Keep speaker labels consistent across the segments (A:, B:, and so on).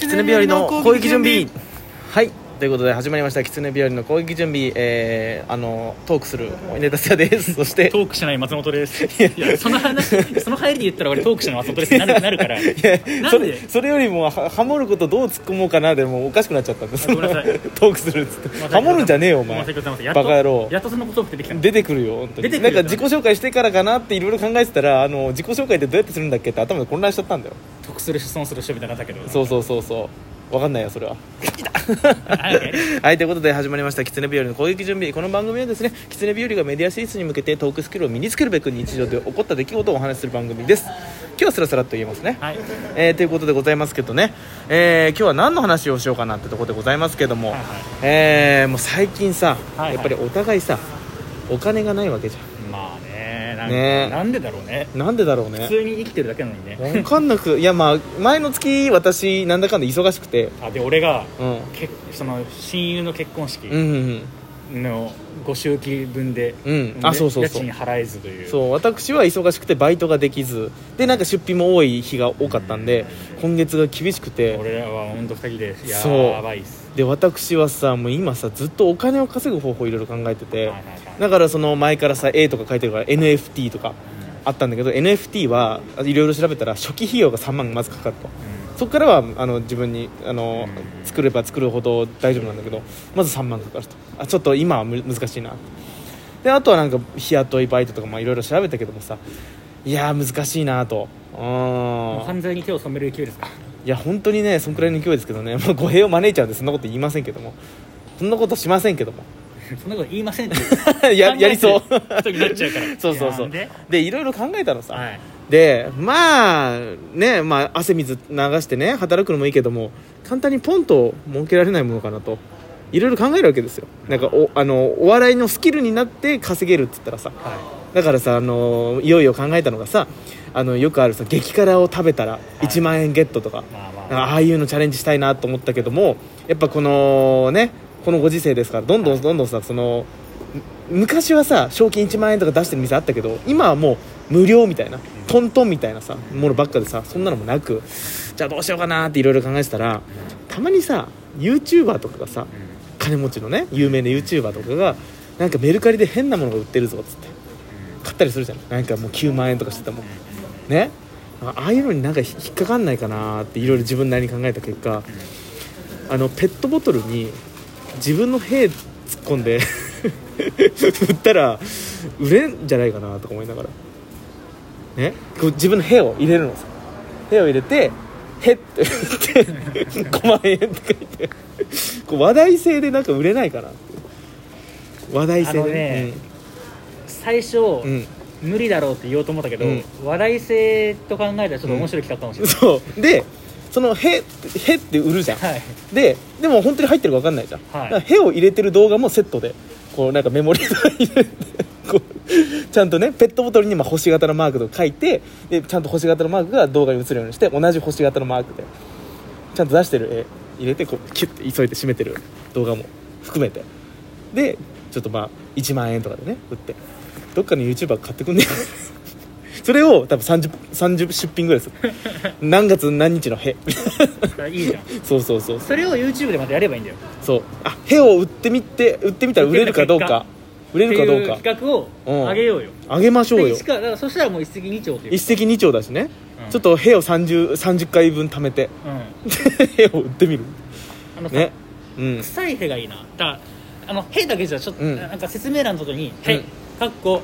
A: 狐日和の攻撃準備はいということで始まりました「狐日和の攻撃準備」えー、あのトークするお稲達也です そして
B: トークしない松本ですいやその話その入りで言ったら俺トークしない松本ですってなるなるからな
A: そ
B: ん
A: れ
B: で
A: それよりもはハモることどう突っ込もうかなでもうおかしくなっちゃったんです
B: あごめんなさい
A: トークするっつってハモるんじゃねえよお前
B: ごめんなさいごめんなさい
A: バカ野郎
B: やっとそのことを出てきた
A: 出てくるよ本当に
B: 出てくるよ
A: なんか自己紹介してからかなっていろいろ考えてたらあの自己紹介ってどうやってするんだっけって頭で混乱しちゃったんだよ
B: 得するし損するしみたいになったけど
A: そうそうそうそうわかんないよそれは
B: あやれ
A: はい、ということで始まりました「狐日和の攻撃準備」この番組はですね狐日和がメディア進出に向けてトークスキルを身につけるべく日常で起こった出来事をお話しする番組です今日はスラスラっと言えますね、
B: はい
A: えーということでございますけどね、えー今日は何の話をしようかなってところでございますけども、
B: はいはい
A: えーもう最近さ、
B: はいはい
A: やっぱりお互いさお金がないわけじ
B: まあねなんか
A: ねえ
B: なんでだろうね
A: ゃんなんでだろう
B: 普
A: ね
B: 通に生きてるだけなのにね
A: 分かんなくいやまあ前の月私なんだかんだ忙しくて
B: あで俺が
A: うん
B: けその親友の結婚式
A: うんうん
B: のご祝儀分で、
A: うんあそうそうそう
B: 家賃払えずという
A: そう私は忙しくてバイトができずでなんか出費も多い日が多かったんで今月が厳しくて
B: 俺らは本当二人で
A: そう
B: やばいっす
A: で私はさもう今さずっとお金を稼ぐ方法いろいろ考えてて
B: はいはいはい
A: だからその前からさ A とか書いてるから NFT とかあったんだけど NFT はいろいろ調べたら初期費用が3万まずかかると
B: う
A: そこからはあの自分にあの
B: うん
A: 作れば作るほど大丈夫なんだけどまず3万かかるとあちょっと今はむ難しいなであとはなんか日雇いバイトとかまあいろいろ調べたけどもさいやー難しいなとうん
B: もうん犯罪に手を染める勢いですか
A: いや本当にねそんくらいの勢いですけどね、 まあ、語弊を招いちゃうんでそんなこと言いませんけどもそんなことしませんけども
B: そんなこと言いませんって
A: ややりそう
B: 考えてる人になっちゃうから
A: そうそうそう
B: いやなんで
A: でいろいろ考えたのさ、
B: はい
A: でまあねまあ汗水流してね働くのもいいけども簡単にポンと儲けられないものかなといろいろ考えるわけですよなんかおあのお笑いのスキルになって稼げるって言ったらさ
B: は
A: だからさあのいよいよ考えたのがさあのよくあるさ激辛を食べたら1万円ゲットとか、
B: いまあまあ
A: ああいうのチャレンジしたいなと思ったけどもやっぱこのねこのご時世ですからどんどんどんどんさそのむ昔はさ賞金1万円とか出してる店あったけど今はもう無料みたいなトントンみたいなさものばっかでさそんなのもなくじゃあどうしようかなっていろいろ考えてたらたまにさ YouTuber とかがさ
B: う
A: 金持ちのね有名な YouTuber とかがなんかメルカリで変なものが売ってるぞっつって買ったりするじゃんなんかもう9万円とかしてたもんねあああいうのになんか引っかかんないかなっていろいろ自分なりに考えた結果あのペットボトルに自分の兵突っ込んで 売ったら売れんじゃないかなとか思いながらねこう自分の兵を入れるのさ兵を入れて「へ」って 言って5万円って書いてこう話題性でなんか売れないかなって話題性で
B: あのね最初、
A: うん、うん
B: 無理だろうって言おうと思ったけど、
A: うん
B: 話題性と考えたらちょっと面白い企画かもしれない、
A: そうでその「へ」へって売るじゃん、
B: はい
A: ででも本当に入ってるか分かんないじゃん、
B: はい
A: だからへを入れてる動画もセットでこうなんかメモリーとか入れて こうちゃんとねペットボトルにまあ星型のマークとか書いてでちゃんと星型のマークが動画に映るようにして同じ星型のマークでちゃんと出してる絵入れてこうキュッて急いで締めてる動画も含めてでちょっとまあ1万円とかでね売ってどっかの YouTuber 買ってくんね それを多分 30, 30出品ぐらいする何月何日のへ
B: だからいいじゃん
A: そうそうそう
B: それを YouTube でまたやればいいんだよ
A: そうあヘを売ってみて売ってみたら売れるかどうか売れるかどう
B: っていう
A: か
B: 企画を上げようよ、
A: あげましょう
B: で
A: よ
B: しかだからそしたらもう一石二鳥という
A: 一石二鳥だしね、
B: うん
A: ちょっとヘを 30, 30回分貯めて
B: うん
A: ヘを売ってみる
B: あのさ、
A: ねうん
B: 臭い屁がいいなだからあの屁だけじゃちょっと、
A: うん
B: なんか説明欄のとこに「屁、
A: うん
B: かっこ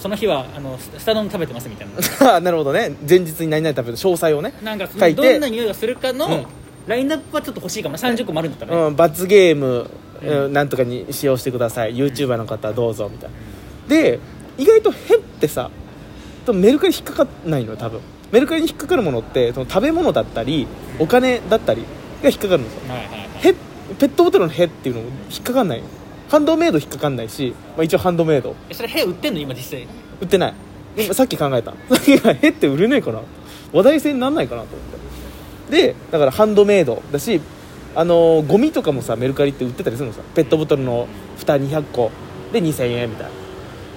B: その日はあのススタ丼食べてます」みたいな
A: あなるほどね前日に何々食べる詳細をね、
B: なんかそ
A: 書
B: の
A: いて
B: どんな匂いがするかの、
A: うん
B: ラインナップはちょっと欲しいかも30個もあるんだったらね、
A: うん、罰ゲーム、
B: うん
A: うんなんとかに使用してください YouTuber の方はどうぞみたいなで意外とヘってさとメルカリ引っかかんないのよ多分メルカリに引っかかるものってその食べ物だったりお金だったりが引っかかるんですよ
B: はいはいはい
A: ヘペットボトルの「へ」っていうのも引っかかんないハンドメイド引っかかんないし、まあ、一応ハンドメイド
B: えそれ屁売ってんの今実際
A: 売ってない今さっき考えた へって売れねえかな話題性になんないかなと思ってでだからハンドメイドだしあのーゴミとかもさメルカリって売ってたりするのさペットボトルの蓋200個で2000円みたいな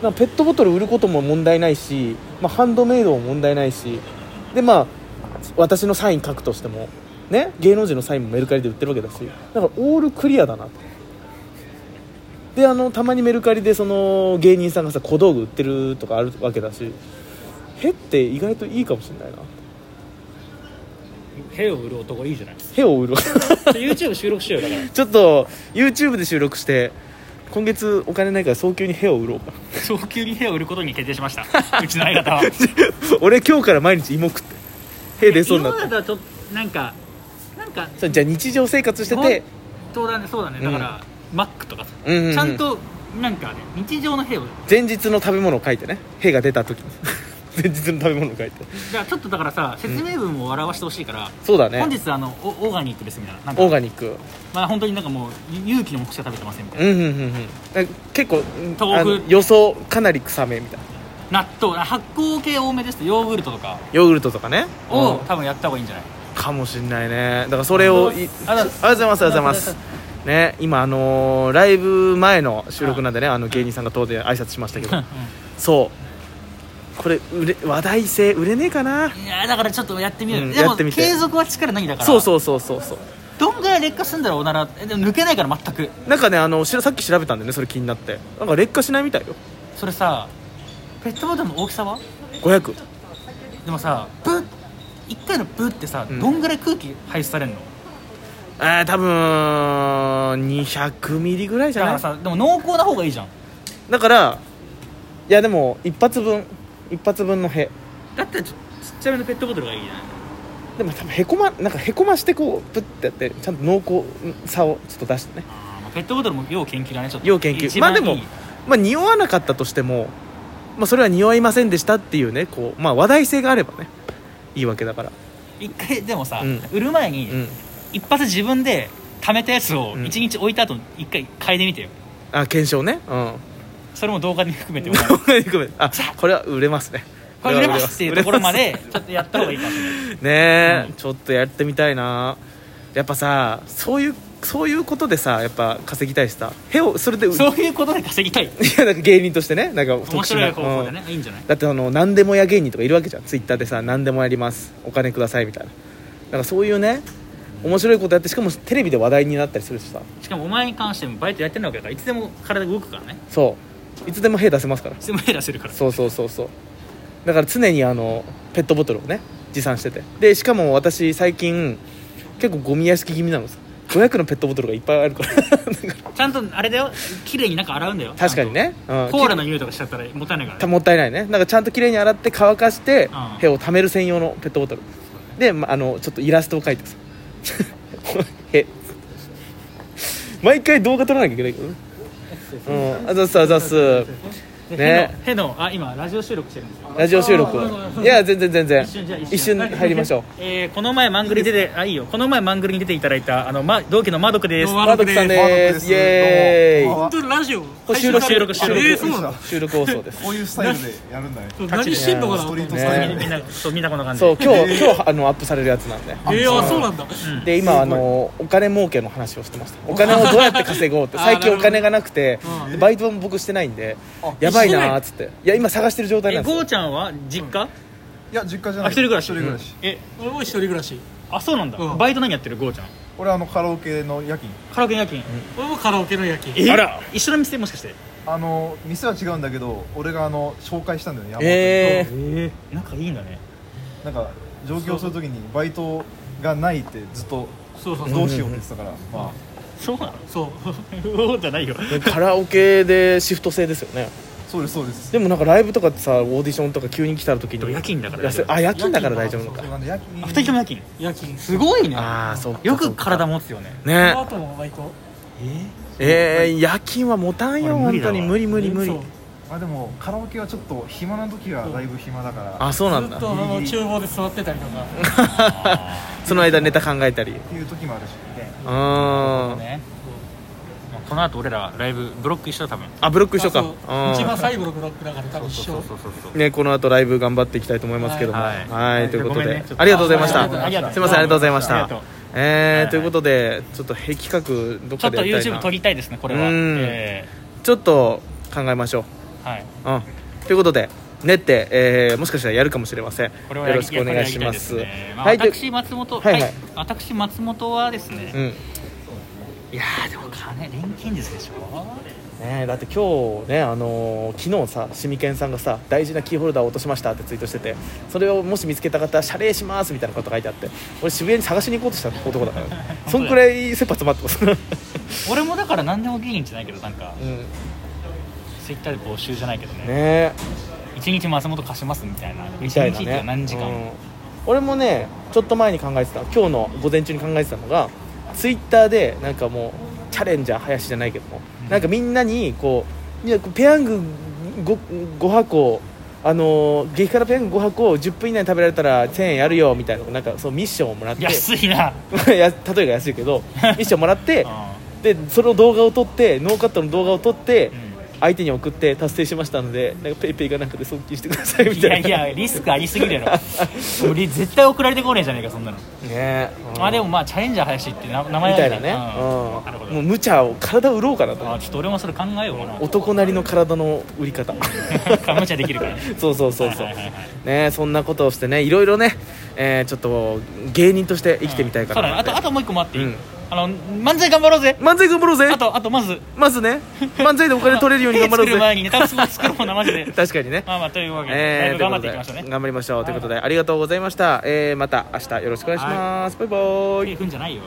A: なんかペットボトル売ることも問題ないし、まあ、ハンドメイドも問題ないしでまあ私のサイン書くとしてもね、芸能人のサインもメルカリで売ってるわけだしだからオールクリアだなとであのたまにメルカリでその芸人さんがさ小道具売ってるとかあるわけだしへって意外といいかもしれないな
B: 屁を売る男い いじゃないです
A: へを売る
B: か YouTube 収録しようよだから
A: ちょっと YouTube で収録して今月お金ないから早急にへを売ろう か
B: 早急に部屋を売ることに決定しましたうちの 相方は
A: 俺今日から毎日芋食ってへ出そうにな
B: 今
A: っ
B: ま
A: て
B: ではちょっとなんかなんか
A: そうじゃあ日常生活してて
B: そうだねそうだねだから、マックとかさ、
A: うんうんうん
B: ちゃんとなんかね日常の部屋をだ
A: 前日の食べ物を書いてねへが出た時に 前日の食べ物を書いて
B: からちょっとだからさ説明文を表してほしいから、
A: そうだね
B: 本日あのオオーガニックですみたいななんか
A: オーガニック
B: まあ本当になんかもう勇気の目しか食べてませんみたいな、
A: うんうんうんうんだから結構うん
B: 豆腐
A: あの予想かなり臭めみたいな
B: 納豆あ発酵系多めですってヨーグルトとか
A: ヨーグルトとかね
B: を、
A: うん
B: 多分やった方がいいんじゃない
A: かもしんないねだからそれをいあ
B: あ
A: りが
B: りが
A: と
B: と
A: うご
B: う
A: ざいますありがとうございま
B: あ
A: す
B: りがとうご
A: ね今あのーライブ前の収録なんでねあの芸人さんが当然挨拶しましたけどそうこれ売れ話題性売れねえかな
B: いやだからちょっとやってみようよ、
A: うん
B: で
A: や
B: も
A: ってみて
B: 継続は力ないだから
A: そうそうそうそうそう
B: どんぐらい劣化するんだろうおならえでも抜けないから全く
A: なんかねあのしらさっき調べたんでねそれ気になってなんか劣化しないみたいよ
B: それさペットボトルの大きさは
A: 500
B: でもさプッ1回のプッってさ、
A: うん
B: どんぐらい空気排出されるの
A: えー、多分200ミリぐらいじ
B: だ
A: ゃ
B: か
A: な
B: ら
A: い
B: さでも濃厚な方がいいじゃん
A: だからいやでも一発分一発分のへ
B: だったらちょちっちゃめのペットボトルがいいじゃない
A: でも多分へこまなんかへこましてこうプッてやってちゃんと濃厚さをちょっと出してね
B: あーまあペットボトルも要研究だねちょっと
A: 要研究
B: 一番
A: まあでも
B: いい
A: まあ匂わなかったとしても、まあ、それは匂いませんでしたっていうねこう、まあ、話題性があればねいいわけだから
B: 一回でもさ、
A: うん
B: 売る前
A: う
B: に
A: ん
B: 一発自分で貯めたやつを
A: うん
B: 一日置いた後一回嗅いでみてよ
A: あ検証ねうん
B: それも動画に含 めて
A: ごめんあこれは売れますね
B: これ売れますっていうところまでちょっとやった方がいいかもしれない
A: ねえ、
B: うん
A: ちょっとやってみたいなやっぱさそういうそういうことでさやっぱ稼ぎたいしさへをそれでい
B: そういうことで稼ぎ たい
A: やなんか芸人としてねなんか
B: 面
A: 特殊
B: 白
A: ない
B: 方法でね、いいんじゃない
A: うんだってあの何でもや芸人とかいるわけじゃんツイッターでさ何でもやりますお金くださいみたいななんかそういうね面白いことやってしかもテレビで話題になったりするしさ
B: しかもお前に関してもバイトやってんだわけだからいつでも体動くからね
A: そういつでもへ出せますから
B: いつでもヘラするから
A: そうそうそうそうだから常にあのペットボトルをね持参しててでしかも私最近結構ゴミ屋敷気味なのさ500のペットボトルがいっぱ いあるからだから
B: ちゃんとあれだよ綺麗になんか洗うんだよ
A: 確かにね、う
B: ちゃ
A: ん
B: んとコーラの匂いとかしちゃったらもったいないから
A: た
B: ね
A: もったいないねなんかちゃんと綺麗に洗って乾かして
B: うん
A: 部屋を貯める専用のペットボトルで、ま、あのちょっとイラストを描いてさ へ毎回動画撮らなきゃいけないけどねうんあざっすあざっす
B: で
A: ね
B: ヘノヘノあ今ラジオ収録してるんですよ
A: ラジオ収録
B: あーうん
A: いや全然全然
B: 一瞬じゃあ
A: 一瞬入りましょう
B: えーこの前マングリ出てあいいよこの前マングリに出ていただいたあの、ま、同期のマドクです
A: マドキさんですイエーイ
C: 本当にラジオ
A: これ収録
B: 収録収録
C: えーそうなんだ
A: 収録放送です
C: こういうスタイルでやるんだね
B: 立
C: 何
B: ち
C: し
B: で
C: てんのかな
A: ス
C: と
A: ト
C: 思
A: リ
C: っ
A: ー
C: て
A: ト
C: え
A: スタイル
B: みんなみんなそうみんなこんな感じ
A: そう
B: で
A: 今日今日あのアップされるやつなんで
C: ーあそうなんだ
A: で今あのお金儲けの話をしてましたお金をどうやって稼ごうって
C: あー
A: 最近
C: な
A: お
C: るほど
A: 金がなくて
C: うん
A: でバイトも僕してないんで
C: あ
A: やばいなーっつっていや今探してる状態な
B: え
A: んです
B: ゴー
A: よ
B: ちゃんは実家、
C: いや実家じゃ
B: あ
C: ない
B: 一人暮らし
C: 一人暮らし
B: え
D: 俺も一人暮らし
B: あそうなんだ、
D: うん
B: バイト何やってるゴーちゃん
C: 俺あのカラオケの夜勤
B: カラオケ夜勤、
D: 俺もカラオケの夜勤
B: えあら一緒の店もしかして
C: あの店は違うんだけど俺があの紹介したんだよね山本に
A: えー
B: えー、仲いいんだね
C: なんか上京するときにバイトがないってずっと
D: そうそうそう
C: どうしようって言ってたからまあ
B: そうなの
D: そう
B: うおーじゃないよ
A: カラオケでシフト制ですよね
C: そうですそうです
A: でもなんかライブとかってさオーディションとか急に来た時に
B: 夜勤だから
A: いやあ夜勤だから大丈夫なの
C: そう
A: か
C: なんで夜勤
B: あ二人とも夜勤
D: 夜勤
B: すごいね
A: ああそうか
B: よく体
A: も
B: 持つよね
D: そ
A: ね
D: の後もバイト
A: えー夜勤は持たんよ
B: 俺無
A: 本
B: 理だ
A: 当
B: わ
A: に無理無理無
D: そ
A: 理
D: う
C: まあでもカラオケはちょっと暇な時はだいぶ暇だからっ
A: あそうなん
D: ず
A: だ
D: っとあの厨房で座ってたりとか
A: その間ネタ考えたり
C: ていう時もあるしみたいな
A: うんあ
B: ねまあこの後俺らライブブロック一緒だ多分
A: ブロック一緒か
D: そう
A: うん
D: 一番最後のブロックだから多分一緒
B: そうそうそう
A: ね、この後ライブ頑張っていきたいと思いますけども、は、
B: はいい
A: ということ
B: ご
A: で、
B: めんねちょっと
A: ありがとうございまし
D: ありがとうござい
A: た。
D: ます
A: いません、ありがとうございまし
B: あ
A: た
B: りがとう。
A: え
B: は
A: ー、
B: い
A: ということで、ちょっと壁企画どっ
B: ちょ
A: か
B: っ
A: でや
B: と
A: りたい
B: YouTube
A: な。
B: 撮りたいですねこれは
A: うん
B: え
A: ちょっと考えましょ。
B: ーはいう
A: うん。ということで、練って、えーもしかしたらやるかもしれません
B: これを
A: よ
B: や
A: ろ
B: り
A: しくお願いします
B: やっぱりやりたいですねまあ
A: はいで
B: 私松本
A: は
B: はいい、
A: はい
B: 私松本はですね、
A: うんね
B: いやーでも金錬金術でしょ
A: えだって今日ねあのー昨日さシミケンさんがさ大事なキーホルダーを落としましたってツイートしててそれをもし見つけた方謝礼しますみたいなこと書いてあって俺渋谷に探しに行こうとした男だから そんくらい切羽詰まってます、
B: 俺もだから何でも議員じゃないけどなんか
A: うん、ね
B: ツイッターで募集じゃないけどね
A: え
B: 一、日松本貸しますみたいな
A: みたい
B: 一日って
A: なね
B: 何時間、
A: うん俺もねちょっと前に考えてた今日の午前中に考えてたのがツイッターでなんかもうチャレンジャー林じゃないけども、
B: うん
A: なんかみんなにこういやペヤング 5, 箱あのー激辛ペヤング5箱を10分以内に食べられたら1000円やるよみたいななんかそうミッションをもらって
B: 安いな、
A: い や例えば安いけ どミッションもらって
B: う
A: でその動画を撮ってノーカットの動画を撮って、
B: ん
A: 相手に送って達成しましたのでなんかペイペイかなんかで送金してくだ さいみ
B: い
A: た
B: や
A: いない
B: やリスクありすぎる やろ俺絶対送られてこねえじゃねえかそんなの、
A: ね
B: まあでもまあチャレンジャー林ってな名前
A: み
B: だ
A: た
B: よ
A: いなね、
B: うんなるほ
A: うん、
B: ど
A: もう無茶を体を売ろうかなと
B: あちょっと俺もそれ考えようか な
A: 男なりの体の売り方
B: 無茶できるから
A: そうそうそうそう
B: はいはいはいはい
A: ねそんなことをしてねいろいろね、えーちょっと芸人として生きてみたいか
B: そうだ
A: ら、
B: ねあとあともう一個もあっていい、
A: うん
B: あの漫才頑張ろうぜ
A: 漫才頑張ろうぜ
B: あとあとまず
A: まずね漫才でお金取れるように頑張ろう
B: 作る前
A: ぜ
B: にネタ作ろうなマ ジで
A: 確かにね
B: まあまあというわけで、だい
A: えー
B: ぶ
A: という
B: 頑
A: こと
B: 張って
A: で
B: いきましょうね、
A: 頑張りましょうということでありがとうございました、えーまた明日よろしくお願いします、バイバーイ
B: い、行くんじゃないよ